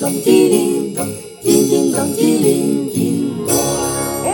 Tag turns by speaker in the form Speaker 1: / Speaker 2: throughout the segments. Speaker 1: 咚，叮铃咚，叮叮咚，叮铃叮咚。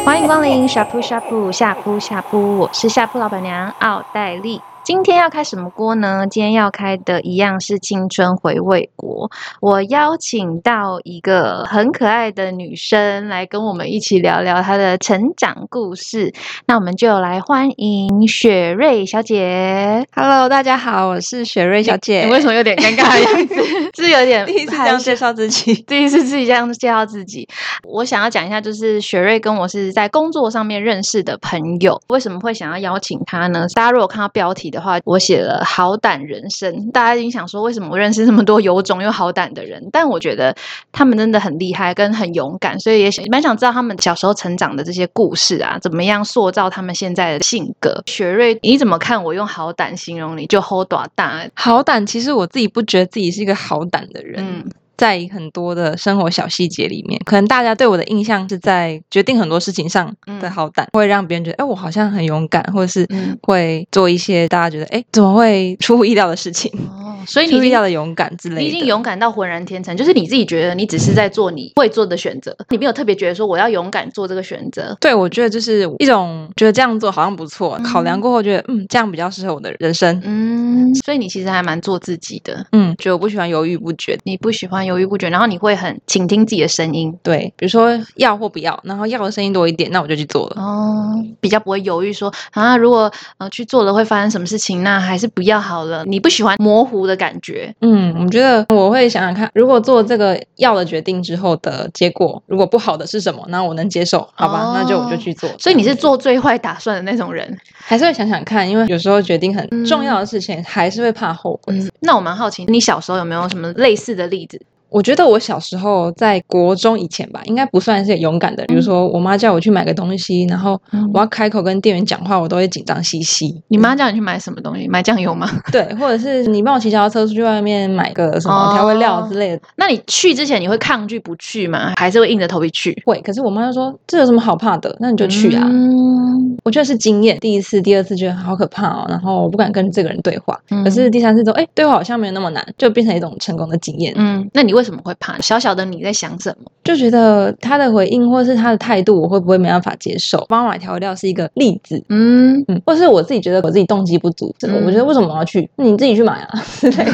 Speaker 2: 欢迎光临呷哺呷哺下铺下铺，我是下铺老板娘奥黛丽。今天要开什么锅呢？今天要开的一样是青春回味锅。我邀请到一个很可爱的女生来跟我们一起聊聊她的成长故事。那我们就来欢迎雪瑞小姐。
Speaker 3: Hello，大家好，我是雪瑞小姐。
Speaker 2: 你为什么有点尴尬的样子？ 是有点
Speaker 3: 第一次这
Speaker 2: 害
Speaker 3: 样
Speaker 2: 羞
Speaker 3: 介绍自己？
Speaker 2: 第一次自己这样介绍自己，我想要讲一下，就是雪瑞跟我是在工作上面认识的朋友，为什么会想要邀请他呢？大家如果看到标题的话，我写了“好胆人生”，大家一定想说，为什么我认识这么多有种又好胆的人？但我觉得他们真的很厉害，跟很勇敢，所以也想蛮想知道他们小时候成长的这些故事啊，怎么样塑造他们现在的性格。雪瑞，你怎么看？我用“好胆”形容你，就 hold 大大，
Speaker 3: 好胆，其实我自己不觉得自己是一个好胆的人。
Speaker 2: 嗯
Speaker 3: 在很多的生活小细节里面，可能大家对我的印象是在决定很多事情上的
Speaker 2: 嗯
Speaker 3: 好胆，会让别人觉得，哎、我好像很勇敢，或者是
Speaker 2: 嗯
Speaker 3: 会做一些大家觉得，哎、怎么会出乎意料的事情，
Speaker 2: 哦，所以你
Speaker 3: 出
Speaker 2: 已
Speaker 3: 乎意
Speaker 2: 经
Speaker 3: 料的勇敢之类的。
Speaker 2: 你已经勇敢到浑然天成，就是你自己觉得你只是在做你会做的选择，你没有特别觉得说我要勇敢做这个选择。
Speaker 3: 对，我觉得就是一种觉得这样做好像不错，
Speaker 2: 嗯
Speaker 3: 考量过后觉得，嗯，这样比较适合我的人生。
Speaker 2: 嗯，所以你其实还蛮做自己的，
Speaker 3: 嗯，觉得我不喜欢犹豫不决。
Speaker 2: 你不喜欢犹豫不决，然后你会很倾听自己的声音，
Speaker 3: 对，比如说要或不要，然后要的声音多一点，那我就去做了。
Speaker 2: 哦，比较不会犹豫说啊，如果呃去做了会发生什么事情，那还是不要好了。你不喜欢模糊的感觉，
Speaker 3: 嗯，我觉得我会想想看，如果做这个要的决定之后的结果，如果不好的是什么，那我能接受，好吧，那就我就去做。
Speaker 2: 哦所以你是
Speaker 3: 这样
Speaker 2: 做最坏打算的那种人。
Speaker 3: 还是会想想看，因为有时候决定很重要的事情，还是会怕后悔。
Speaker 2: 嗯，那我蛮好奇，你小时候有没有什么类似的例子？
Speaker 3: 我觉得我小时候在国中以前吧，应该不算是勇
Speaker 2: 嗯
Speaker 3: 敢的人。比如说，我妈叫我去买个东西，然后我要开口跟店员讲话，我都会紧张兮兮。
Speaker 2: 你妈叫你去买什么东西？买酱油吗？
Speaker 3: 对，或者是你帮我骑脚踏车出去外面买个什么调味料之类的，
Speaker 2: 那你去之前你会抗拒不去吗？还是会硬着头皮去？
Speaker 3: 会。可是我妈就说这有什么好怕的？那你就去啊。
Speaker 2: 嗯
Speaker 3: 我觉得是经验，第一次、第二次觉得好可怕哦，然后我不敢跟这个人对话。
Speaker 2: 嗯
Speaker 3: 可是第三次之后，哎，对话好像没有那么难，就变成一种成功的经验，
Speaker 2: 嗯，那你为什么会怕？小小的你在想什么？
Speaker 3: 就觉得他的回应或是他的态度，我会不会没办法接受？帮我买调味料是一个例子。
Speaker 2: 嗯，
Speaker 3: 嗯，或是我自己觉得我自己动机不足，这个
Speaker 2: 嗯
Speaker 3: 我觉得为什么我要去？你自己去买啊之类的。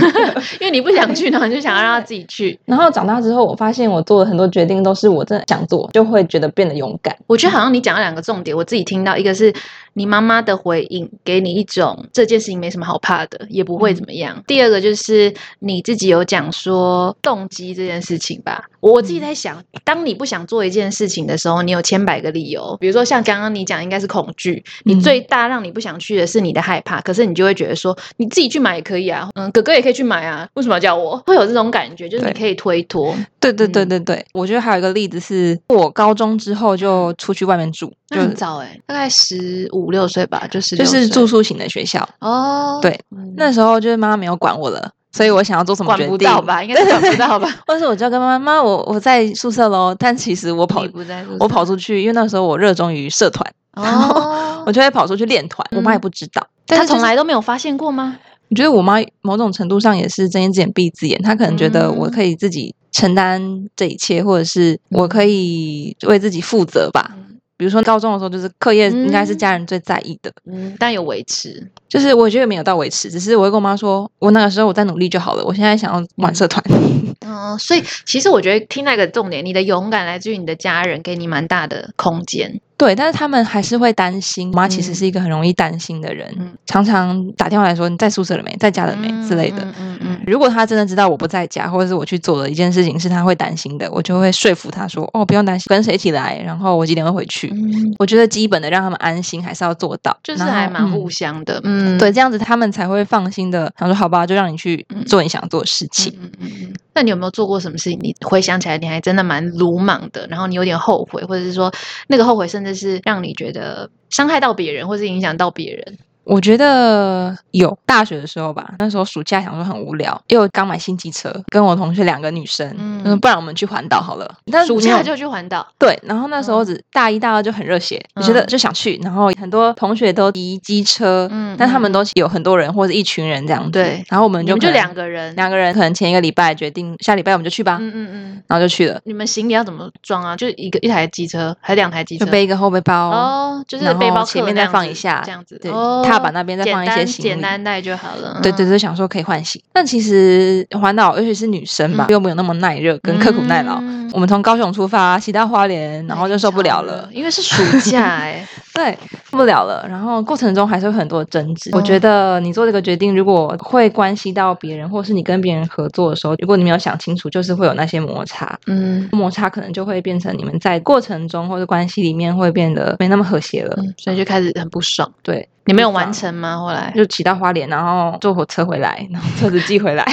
Speaker 2: 因为你不想去，然后你就想要让他自己去。
Speaker 3: 然后长大之后，我发现我做的很多决定都是我真的想做，就会觉得变得勇敢。
Speaker 2: 我觉得好像你讲了两个重点，我自己听到一个是你妈妈的回应，给你一种这件事情没什么好怕的，也不会怎么
Speaker 3: 嗯
Speaker 2: 样。第二个就是你自己有讲说动机这件事情吧。我自己
Speaker 3: 嗯
Speaker 2: 在想，当你不想做一件事情的时候，你有千百个理由，比如说像刚刚你讲，应该是恐惧，你
Speaker 3: 嗯
Speaker 2: 最大让你不想去的是你的害怕，可是你就会觉得说你自己去买也可以啊，嗯，哥哥也可以去买啊，为什么要叫我？会有这种感觉，就是你
Speaker 3: 对
Speaker 2: 可以推脱。
Speaker 3: 对对对
Speaker 2: 嗯
Speaker 3: 对对，我觉得还有一个例子是我高中之后就出去外面住，
Speaker 2: 那
Speaker 3: 就
Speaker 2: 很早哎、大概十五六岁吧，就十
Speaker 3: 就是住宿型的学校。
Speaker 2: 哦，
Speaker 3: 对
Speaker 2: 嗯，
Speaker 3: 那时候就是妈妈没有管我了，所以我想要做什么
Speaker 2: 管
Speaker 3: 决定
Speaker 2: 不到吧？应该是管 不到吧？
Speaker 3: 或者是我就跟妈妈妈，我我在宿舍喽，但其实我跑
Speaker 2: 你不在宿舍，
Speaker 3: 我跑出去，因为那时候我热衷于社团，
Speaker 2: 哦
Speaker 3: 我，就会跑出去练团，我妈也
Speaker 2: 嗯
Speaker 3: 不知道。但
Speaker 2: 他
Speaker 3: 是就
Speaker 2: 从
Speaker 3: 是
Speaker 2: 来都没有发现过吗？
Speaker 3: 我觉得我妈某种程度上也是睁一只眼闭一只眼，她可能觉得我
Speaker 2: 嗯
Speaker 3: 可以自己承担这一切，或者是我可以为自己负责吧。比如说高中的时候，就是课业应该是
Speaker 2: 嗯
Speaker 3: 家人最在意的，
Speaker 2: 嗯，但有维持，
Speaker 3: 就是我觉得没有到维持，只是我会跟我妈说，我那个时候我在努力就好了，我现在想要玩社团。
Speaker 2: 嗯，所以其实我觉得听那个重点，你的勇敢来自于你的家人给你蛮大的空间，
Speaker 3: 对，但是他们还是会担心。我妈其
Speaker 2: 嗯
Speaker 3: 实是一个很容易担心的人，
Speaker 2: 嗯
Speaker 3: 常常打电话来说你在宿舍了没，在家了没之类的。
Speaker 2: 嗯嗯嗯嗯
Speaker 3: 如果她真的知道我不在家，或者是我去做了一件事情是她会担心的，我就会说服她说：“哦，不用担心，跟谁一起来，然后我几点会回去。
Speaker 2: 嗯，
Speaker 3: 我觉得基本的让他们安心还是要做到，
Speaker 2: 就是
Speaker 3: 然后
Speaker 2: 还蛮
Speaker 3: 嗯
Speaker 2: 互相的，嗯，
Speaker 3: 对，这样子他们才会放心的想说：“好吧，就让你去
Speaker 2: 嗯
Speaker 3: 做你想做的事情。
Speaker 2: 嗯嗯嗯，那你有没有做过什么事情？你回想起来，你还真的蛮鲁莽的，然后你有点后悔，或者是说那个后悔，甚至是让你觉得伤害到别人，或是影响到别人。
Speaker 3: 我觉得有大学的时候吧，那时候暑假想说很无聊，因为我刚买新机车，跟我同学两个女生，
Speaker 2: 嗯
Speaker 3: 嗯，不然我们去环岛好了。
Speaker 2: 那暑
Speaker 3: 暑
Speaker 2: 假
Speaker 3: 假
Speaker 2: 就去环岛，
Speaker 3: 对，然后那时候只大一、大二就很热血，
Speaker 2: 嗯
Speaker 3: 觉得就想去，然后很多同学都骑机车，
Speaker 2: 嗯
Speaker 3: 但他们
Speaker 2: 嗯
Speaker 3: 都有很多人或者一群人这样子，
Speaker 2: 对
Speaker 3: 然后我们
Speaker 2: 你
Speaker 3: 就
Speaker 2: 们就
Speaker 3: 可能
Speaker 2: 两个人，
Speaker 3: 两个人，可能前一个礼拜决定下礼拜我们就去吧，
Speaker 2: 嗯嗯嗯，
Speaker 3: 然后就去了，
Speaker 2: 你们行李要怎么装啊？就一个一台机车，还是两台机
Speaker 3: 就
Speaker 2: 车？
Speaker 3: 背一个后背包，
Speaker 2: 哦，就是
Speaker 3: 然
Speaker 2: 背
Speaker 3: 后
Speaker 2: 包
Speaker 3: 前
Speaker 2: 客
Speaker 3: 面
Speaker 2: 那
Speaker 3: 再
Speaker 2: 样
Speaker 3: 放
Speaker 2: 子
Speaker 3: 一下
Speaker 2: 这样子，
Speaker 3: 对
Speaker 2: 哦
Speaker 3: 踏板那边再
Speaker 2: 简
Speaker 3: 放一些
Speaker 2: 单
Speaker 3: 行
Speaker 2: 简
Speaker 3: 李
Speaker 2: 单带就好了。
Speaker 3: 对对
Speaker 2: 嗯
Speaker 3: 对，就想说可以换洗。但其实环岛，尤其是女生吧，
Speaker 2: 嗯
Speaker 3: 又没有那么耐热跟刻苦耐劳。
Speaker 2: 嗯
Speaker 3: 我们从高雄出发，骑到花莲，然后就受不
Speaker 2: 太
Speaker 3: 了
Speaker 2: 吵
Speaker 3: 了，
Speaker 2: 因为是暑 假哎、
Speaker 3: 对，受不了了。然后过程中还是会很多争执。
Speaker 2: 嗯
Speaker 3: 我觉得你做这个决定，如果会关系到别人，或是你跟别人合作的时候，如果你没有想清楚，就是会有那些摩擦。
Speaker 2: 嗯
Speaker 3: 摩擦可能就会变成你们在过程中或者关系里面会变得没那么和谐了。
Speaker 2: 嗯，所以就开始很不爽。
Speaker 3: 对，
Speaker 2: 你没有
Speaker 3: 不爽
Speaker 2: 完成吗？后来
Speaker 3: 就骑到花莲，然后坐火车回来，然后车子寄 回来。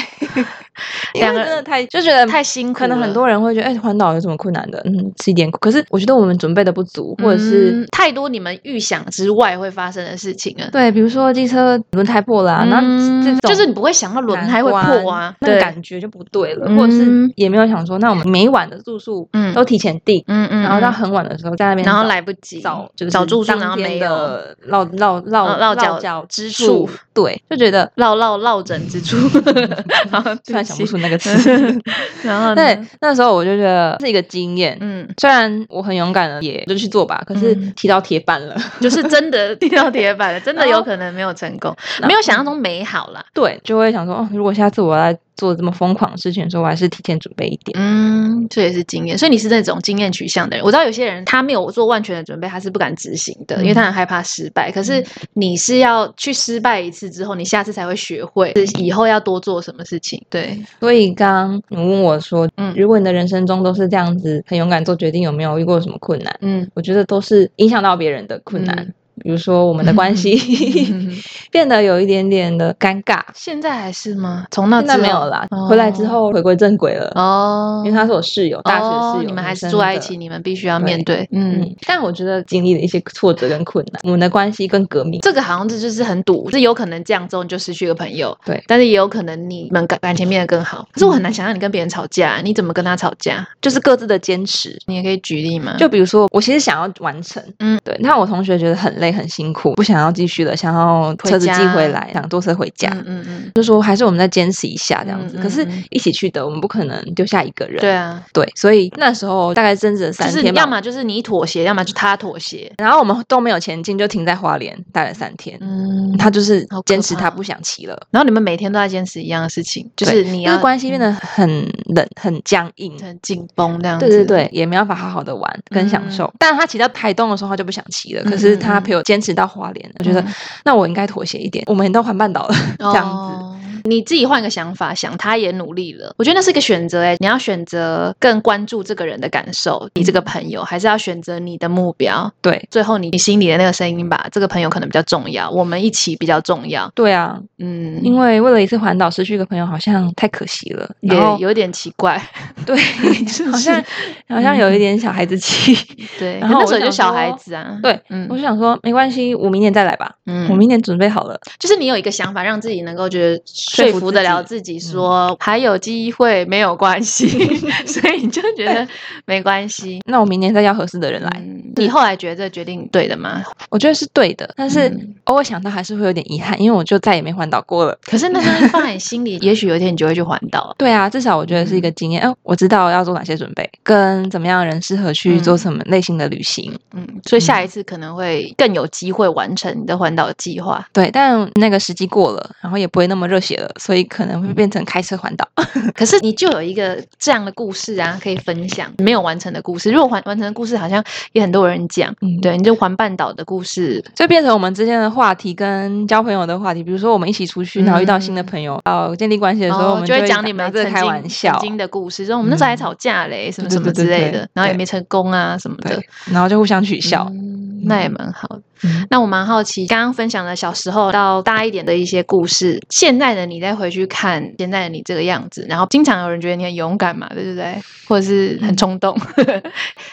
Speaker 3: 因
Speaker 2: 两
Speaker 3: 为
Speaker 2: 个
Speaker 3: 真的太就觉得
Speaker 2: 太辛苦
Speaker 3: 可能很
Speaker 2: 了
Speaker 3: 多人会觉得，哎、环岛有什么困难的？嗯，吃一点苦。可是我觉得我们准备的不足，或者是、
Speaker 2: 嗯太多你们预想之外会发生的事情了。
Speaker 3: 对，比如说机车轮胎破了、啊，那、
Speaker 2: 嗯
Speaker 3: 这种
Speaker 2: 就是你不会想到轮胎会
Speaker 3: 难
Speaker 2: 破
Speaker 3: 关
Speaker 2: 啊，
Speaker 3: 那个
Speaker 2: 对
Speaker 3: 感觉就不对了，
Speaker 2: 嗯
Speaker 3: 或者是也没有想说，那我们每晚的住宿
Speaker 2: 嗯
Speaker 3: 都提前订，
Speaker 2: 嗯嗯，
Speaker 3: 然后到
Speaker 2: 嗯
Speaker 3: 很晚的时候在那边找，
Speaker 2: 然后来不及
Speaker 3: 找就是
Speaker 2: 找住宿，
Speaker 3: 当
Speaker 2: 然后
Speaker 3: 天
Speaker 2: 没有
Speaker 3: 的落落哦落
Speaker 2: 呃落脚
Speaker 3: 脚
Speaker 2: 之
Speaker 3: 处
Speaker 2: 处，
Speaker 3: 对，就觉得
Speaker 2: 落落落枕之 处，然后
Speaker 3: 突然想不出，那个词。
Speaker 2: 对然后呢
Speaker 3: 对，那时候我就觉得是一个经验。
Speaker 2: 嗯，
Speaker 3: 虽然我很勇敢的，也就去做吧，可是
Speaker 2: 嗯
Speaker 3: 踢到铁板了，
Speaker 2: 就是真的踢到铁板了，真的
Speaker 3: 然后
Speaker 2: 有可能没有成功，
Speaker 3: 然后
Speaker 2: 没有想象中美好啦。
Speaker 3: 对，就会想说，哦，如果下次我来做这么疯狂的事情的时候，我还是提前准备一点。
Speaker 2: 嗯，这也是经验，所以你是那种经验取向的人。我知道有些人他没有做万全的准备，他是不敢执行的，因为他很
Speaker 3: 嗯
Speaker 2: 害怕失败。可是你是要去失败一次之后，你下次才会学会，是以后要多做什么事情。对，
Speaker 3: 所以刚刚你问我说，
Speaker 2: 嗯
Speaker 3: 如果你的人生中都是这样子很勇敢做决定，有没有遇过什么困难？
Speaker 2: 嗯，
Speaker 3: 我觉得都是影响到别人的困难，
Speaker 2: 嗯
Speaker 3: 比如说我们的关系 变得有一点点的尴尬。
Speaker 2: 现在还是吗？从那
Speaker 3: 现在
Speaker 2: 之
Speaker 3: 没有
Speaker 2: 后
Speaker 3: 啦，回来之后回归正轨了。
Speaker 2: 哦，
Speaker 3: 因为他是我室友，大学室
Speaker 2: 哦
Speaker 3: 友，
Speaker 2: 你们还
Speaker 3: 女
Speaker 2: 是
Speaker 3: 生
Speaker 2: 住在一
Speaker 3: 的
Speaker 2: 起，你们必须要
Speaker 3: 对
Speaker 2: 面对。嗯，
Speaker 3: 嗯，但我觉得经历了一些挫折跟困难，我们的关系跟革命，
Speaker 2: 这个好像这就是很赌，是有可能这样之后你就失去一个朋友，
Speaker 3: 对
Speaker 2: 但是也有可能你们感感情变得更好。可是我很难想象你跟别人吵架，你怎么跟他吵架？
Speaker 3: 就是各自的坚持。
Speaker 2: 你也可以举例吗？
Speaker 3: 就比如说，我其实想要完成，
Speaker 2: 嗯
Speaker 3: 嗯，对，那我同学觉得很累很辛苦，不想要继续了，想要车子
Speaker 2: 回家
Speaker 3: 寄回来，想坐车回家，
Speaker 2: 嗯嗯嗯，
Speaker 3: 就说还是我们再坚持一下这样子。
Speaker 2: 嗯嗯
Speaker 3: 可是
Speaker 2: 嗯
Speaker 3: 一起去的，我们不可能丢下一个人，
Speaker 2: 对啊，
Speaker 3: 对所以那时候大概争执了
Speaker 2: 就
Speaker 3: 三
Speaker 2: 是
Speaker 3: 天
Speaker 2: 你
Speaker 3: 吧，
Speaker 2: 要么就是你妥协，要么就他妥协。
Speaker 3: 然后我们都没有前进，就停在花莲待了三天。
Speaker 2: 嗯，
Speaker 3: 他就是
Speaker 2: 好可
Speaker 3: 坚持
Speaker 2: 怕
Speaker 3: 他不想骑了，
Speaker 2: 然后你们每天都在坚持一样的事情，就
Speaker 3: 对
Speaker 2: 是你
Speaker 3: 就
Speaker 2: 要嗯
Speaker 3: 是关系变得很冷、很僵硬，
Speaker 2: 很紧绷这样子。
Speaker 3: 对对对，也没办法好好的玩跟享受。
Speaker 2: 嗯
Speaker 3: 但他骑到台东的时候，他就不想骑了。
Speaker 2: 嗯
Speaker 3: 可是
Speaker 2: 嗯
Speaker 3: 他
Speaker 2: 嗯
Speaker 3: 陪我坚持到花莲，我觉得
Speaker 2: 嗯
Speaker 3: 那我应该妥协一点。我们都环半岛了， 这样子。
Speaker 2: 哦你自己换个想法想，他也努力了，我觉得那是一个选择哎、你要选择更关注这个人的感受，你这个朋友，还是要选择你的目标？
Speaker 3: 对
Speaker 2: 最后你你心里的那个声音吧，这个朋友可能比较重要，我们一起比较重要。
Speaker 3: 对啊，
Speaker 2: 嗯，
Speaker 3: 因为为了一次环岛失去一个朋友，好像太可惜了。然 后
Speaker 2: 也有点奇怪，
Speaker 3: 对，好像好像
Speaker 2: 嗯
Speaker 3: 有一点小孩子气。
Speaker 2: 对，
Speaker 3: 然后
Speaker 2: 那
Speaker 3: 我
Speaker 2: 时候
Speaker 3: 就
Speaker 2: 就
Speaker 3: 想
Speaker 2: 小孩
Speaker 3: 说
Speaker 2: 子啊，
Speaker 3: 对，
Speaker 2: 嗯
Speaker 3: 我就想说没关系，我明年再来吧。我
Speaker 2: 嗯，
Speaker 3: 明年准备好了。
Speaker 2: 就是你有一个想法，让自己能够觉得说
Speaker 3: 服
Speaker 2: 服
Speaker 3: 自
Speaker 2: 得了
Speaker 3: 己
Speaker 2: 自己说，
Speaker 3: 嗯
Speaker 2: 还有机会，没有关 系，所以你就觉得没关系。
Speaker 3: 那我明年再要合适的人来，
Speaker 2: 嗯你后来觉得这决定对的吗？
Speaker 3: 我觉得是对的。但是
Speaker 2: 嗯
Speaker 3: 偶尔想到还是会有点遗憾，因为我就再也没环岛过了。
Speaker 2: 可是那东西放在你心 里，也许有一天你就会去环岛啊。
Speaker 3: 对啊，至少我觉得是一个
Speaker 2: 嗯
Speaker 3: 经验。哎、我知道要做哪些准备，跟怎么样的人适合去做什么类型的旅行。
Speaker 2: 嗯，所以下一次可能会更有机会完成你的环岛计划。
Speaker 3: 对，但那个时机过了，然后也不会那么热血了，所以可能会变成开车环岛。
Speaker 2: 可是你就有一个这样的故事啊，可以分享没有完成的故事。如果环完成的故事，好像也很多人讲，
Speaker 3: 嗯
Speaker 2: 对，你就环半岛的故事。
Speaker 3: 就变成我们之间的话题跟交朋友的话题。比如说，我们一起出去，然后遇到新的朋友，呃，建立关系的时候，我们
Speaker 2: 嗯哦就
Speaker 3: 会
Speaker 2: 讲你
Speaker 3: 拿
Speaker 2: 们
Speaker 3: 这
Speaker 2: 曾经
Speaker 3: 个开玩笑
Speaker 2: 曾，经的故事，说我们那时候还
Speaker 3: 嗯
Speaker 2: 吵架嘞，什么
Speaker 3: 对
Speaker 2: 什么
Speaker 3: 对对
Speaker 2: 之类
Speaker 3: 对
Speaker 2: 的，然后也
Speaker 3: 对
Speaker 2: 没成功啊什么的
Speaker 3: 对。，然后就互相取笑。
Speaker 2: 嗯那也蛮好的。
Speaker 3: 嗯
Speaker 2: 那我蛮好奇，刚刚分享了小时候到大一点的一些故事，现在的你再回去看现在的你这个样子，然后经常有人
Speaker 3: 嗯
Speaker 2: 觉得你很勇敢嘛，对不对？或者是很冲动，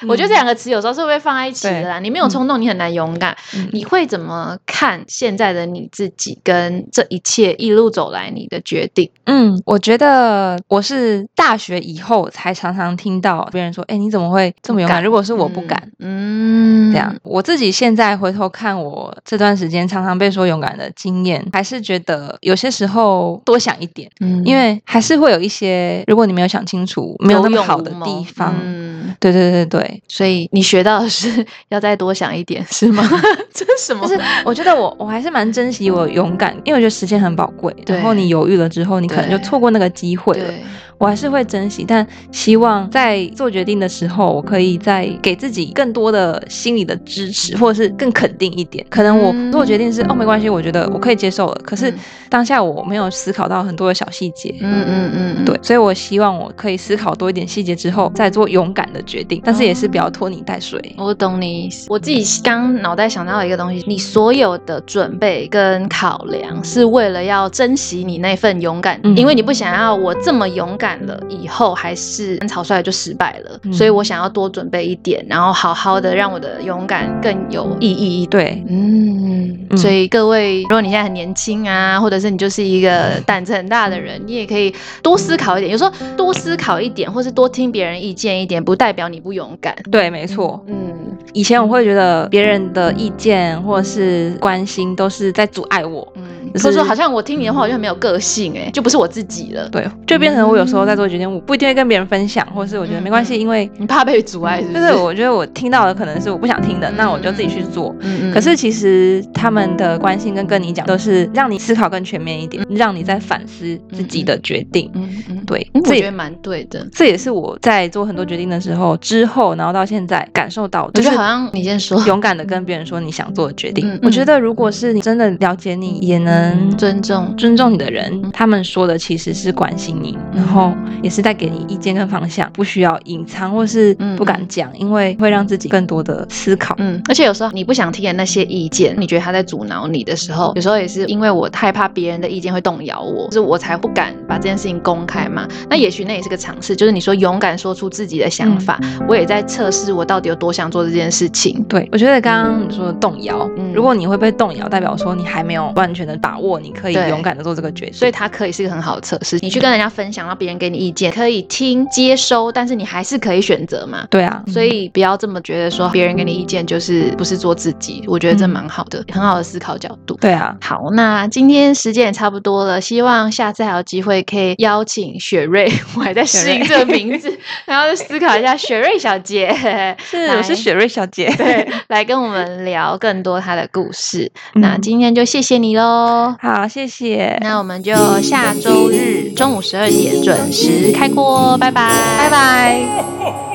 Speaker 2: 我觉得这两个词有时候是会放在一起的啦。你没有冲动，你很难勇敢。
Speaker 3: 嗯
Speaker 2: 你会怎么看现在的你自己跟这一切一路走来你的决定？
Speaker 3: 嗯，我觉得我是大学以后才常常听到别人说：“哎，你怎么会这么勇敢？”
Speaker 2: 敢
Speaker 3: 如果是我不敢。
Speaker 2: 嗯，嗯
Speaker 3: 这样，我自己现在回头看我这段时间常常被说勇敢的经验，还是觉得有些时候多想一点，
Speaker 2: 嗯
Speaker 3: 因为还是会有一些，如果你没有想清楚，没有那么好的地方。
Speaker 2: 嗯，
Speaker 3: 对对对对，
Speaker 2: 所以你学到的是 要再多想一点，是吗？ 这是什么？
Speaker 3: 就是我觉得我我还是蛮珍惜我勇敢，因为我觉得时间很宝贵。
Speaker 2: 对
Speaker 3: 然后你犹豫了之后，你可能就
Speaker 2: 对
Speaker 3: 错过那个机会了。
Speaker 2: 对，
Speaker 3: 我还是会珍惜，但希望在做决定的时候，我可以再给自己更多的心理的支持，或者是更肯定一点。可能我
Speaker 2: 嗯
Speaker 3: 做决定是、哦，没关系，我觉得我可以接受了。可是
Speaker 2: 嗯
Speaker 3: 当下我没有思考到很多的小细节。
Speaker 2: 嗯嗯嗯，嗯
Speaker 3: 对，，所以我希望我可以思考多一点细节之后，再做勇敢的决定，但是也是不要拖泥带水。
Speaker 2: 我懂你意思。我自己刚脑袋想到一个东西，你所有的准备跟考量是为了要珍惜你那份勇敢，
Speaker 3: 嗯
Speaker 2: 因为你不想要我这么勇敢了，以后还是很草率地就失败了，
Speaker 3: 嗯
Speaker 2: 所以我想要多准备一点，然后好好的让我的勇敢更有意义一点。
Speaker 3: 对，
Speaker 2: 嗯，
Speaker 3: 嗯
Speaker 2: 所以各位，如果你现在很年轻啊，或者是你就是一个胆子很大的人，你也可以多思考一点。有时候多思考一点，或是多听别人意见一点，不代表你不勇敢。
Speaker 3: 对，没错。
Speaker 2: 嗯，
Speaker 3: 以前我会觉得别人的意见或者是关心都是在阻碍我，
Speaker 2: 嗯，
Speaker 3: 就是
Speaker 2: 所以说好像我听你的话，我就很没有个性、欸，就不是我自己了。
Speaker 3: 对，就变成我有时候在做决定，我不一定会跟别人分享，或是我觉得没关系，因为
Speaker 2: 你怕被阻嗯碍是不？
Speaker 3: 就是是我觉得我听到的可能是我不想听的，那我就自己去做。
Speaker 2: 嗯，嗯
Speaker 3: 可是其实他们的关心跟跟你讲，都是让你思考更全面一点，让你再反思自己的决定。
Speaker 2: 嗯嗯，
Speaker 3: 对
Speaker 2: 嗯，我
Speaker 3: 这
Speaker 2: 觉得
Speaker 3: 也
Speaker 2: 蛮对的。
Speaker 3: 这也是我在做很多决定的时候之后，然后到现在感受到，
Speaker 2: 我
Speaker 3: 就
Speaker 2: 觉
Speaker 3: 是
Speaker 2: 得好像你先说，
Speaker 3: 勇敢的跟别人说你想做的决定。
Speaker 2: 嗯嗯
Speaker 3: 我觉得如果是你真的了解你，也能
Speaker 2: 尊重。
Speaker 3: 尊重你的人，他们说的其实是关心你，然后也是在给你意见跟方向，不需要隐藏或是不敢讲，因为会让自己更多的思考。
Speaker 2: 嗯，而且有时候你不想听的那些意见，你觉得他在阻挠你的时候，有时候也是因为我害怕别人的意见会动摇我，就是我才不敢把这件事情公开嘛。那也许那也是个尝试，就是你说勇敢说出自己的想法，我也在测试我到底有多想做这件事情。
Speaker 3: 对，我觉得刚刚你说的动摇，
Speaker 2: 嗯
Speaker 3: 如果你会被动摇，代表说你还没有完全的把握，你可以
Speaker 2: 对
Speaker 3: 勇敢的做这个决定。
Speaker 2: 所以它可以是一个很好的测试，你去跟人家分享，让别人给你意见，可以听接收，但是你还是可以选择嘛。
Speaker 3: 对啊，
Speaker 2: 所以不要这么觉得说别人给你意见就是不是做自己，我觉得这蛮好的，很好的思考角度。
Speaker 3: 对啊，
Speaker 2: 好，那今天时间也差不多了，希望下次还有机会可以邀请雪瑞，我还在适应
Speaker 3: 雪
Speaker 2: 这
Speaker 3: 瑞
Speaker 2: 个名 字，然后思考一下雪瑞小姐，
Speaker 3: 是
Speaker 2: 来
Speaker 3: 我是雪瑞小姐。
Speaker 2: 对，来跟我们聊更多她的故事。
Speaker 3: 嗯
Speaker 2: 那今天就谢谢你喽，
Speaker 3: 好，谢谢，
Speaker 2: 那我们就下周日中午十二点准时开锅，拜拜，拜拜。
Speaker 3: 拜。
Speaker 1: ho, ho.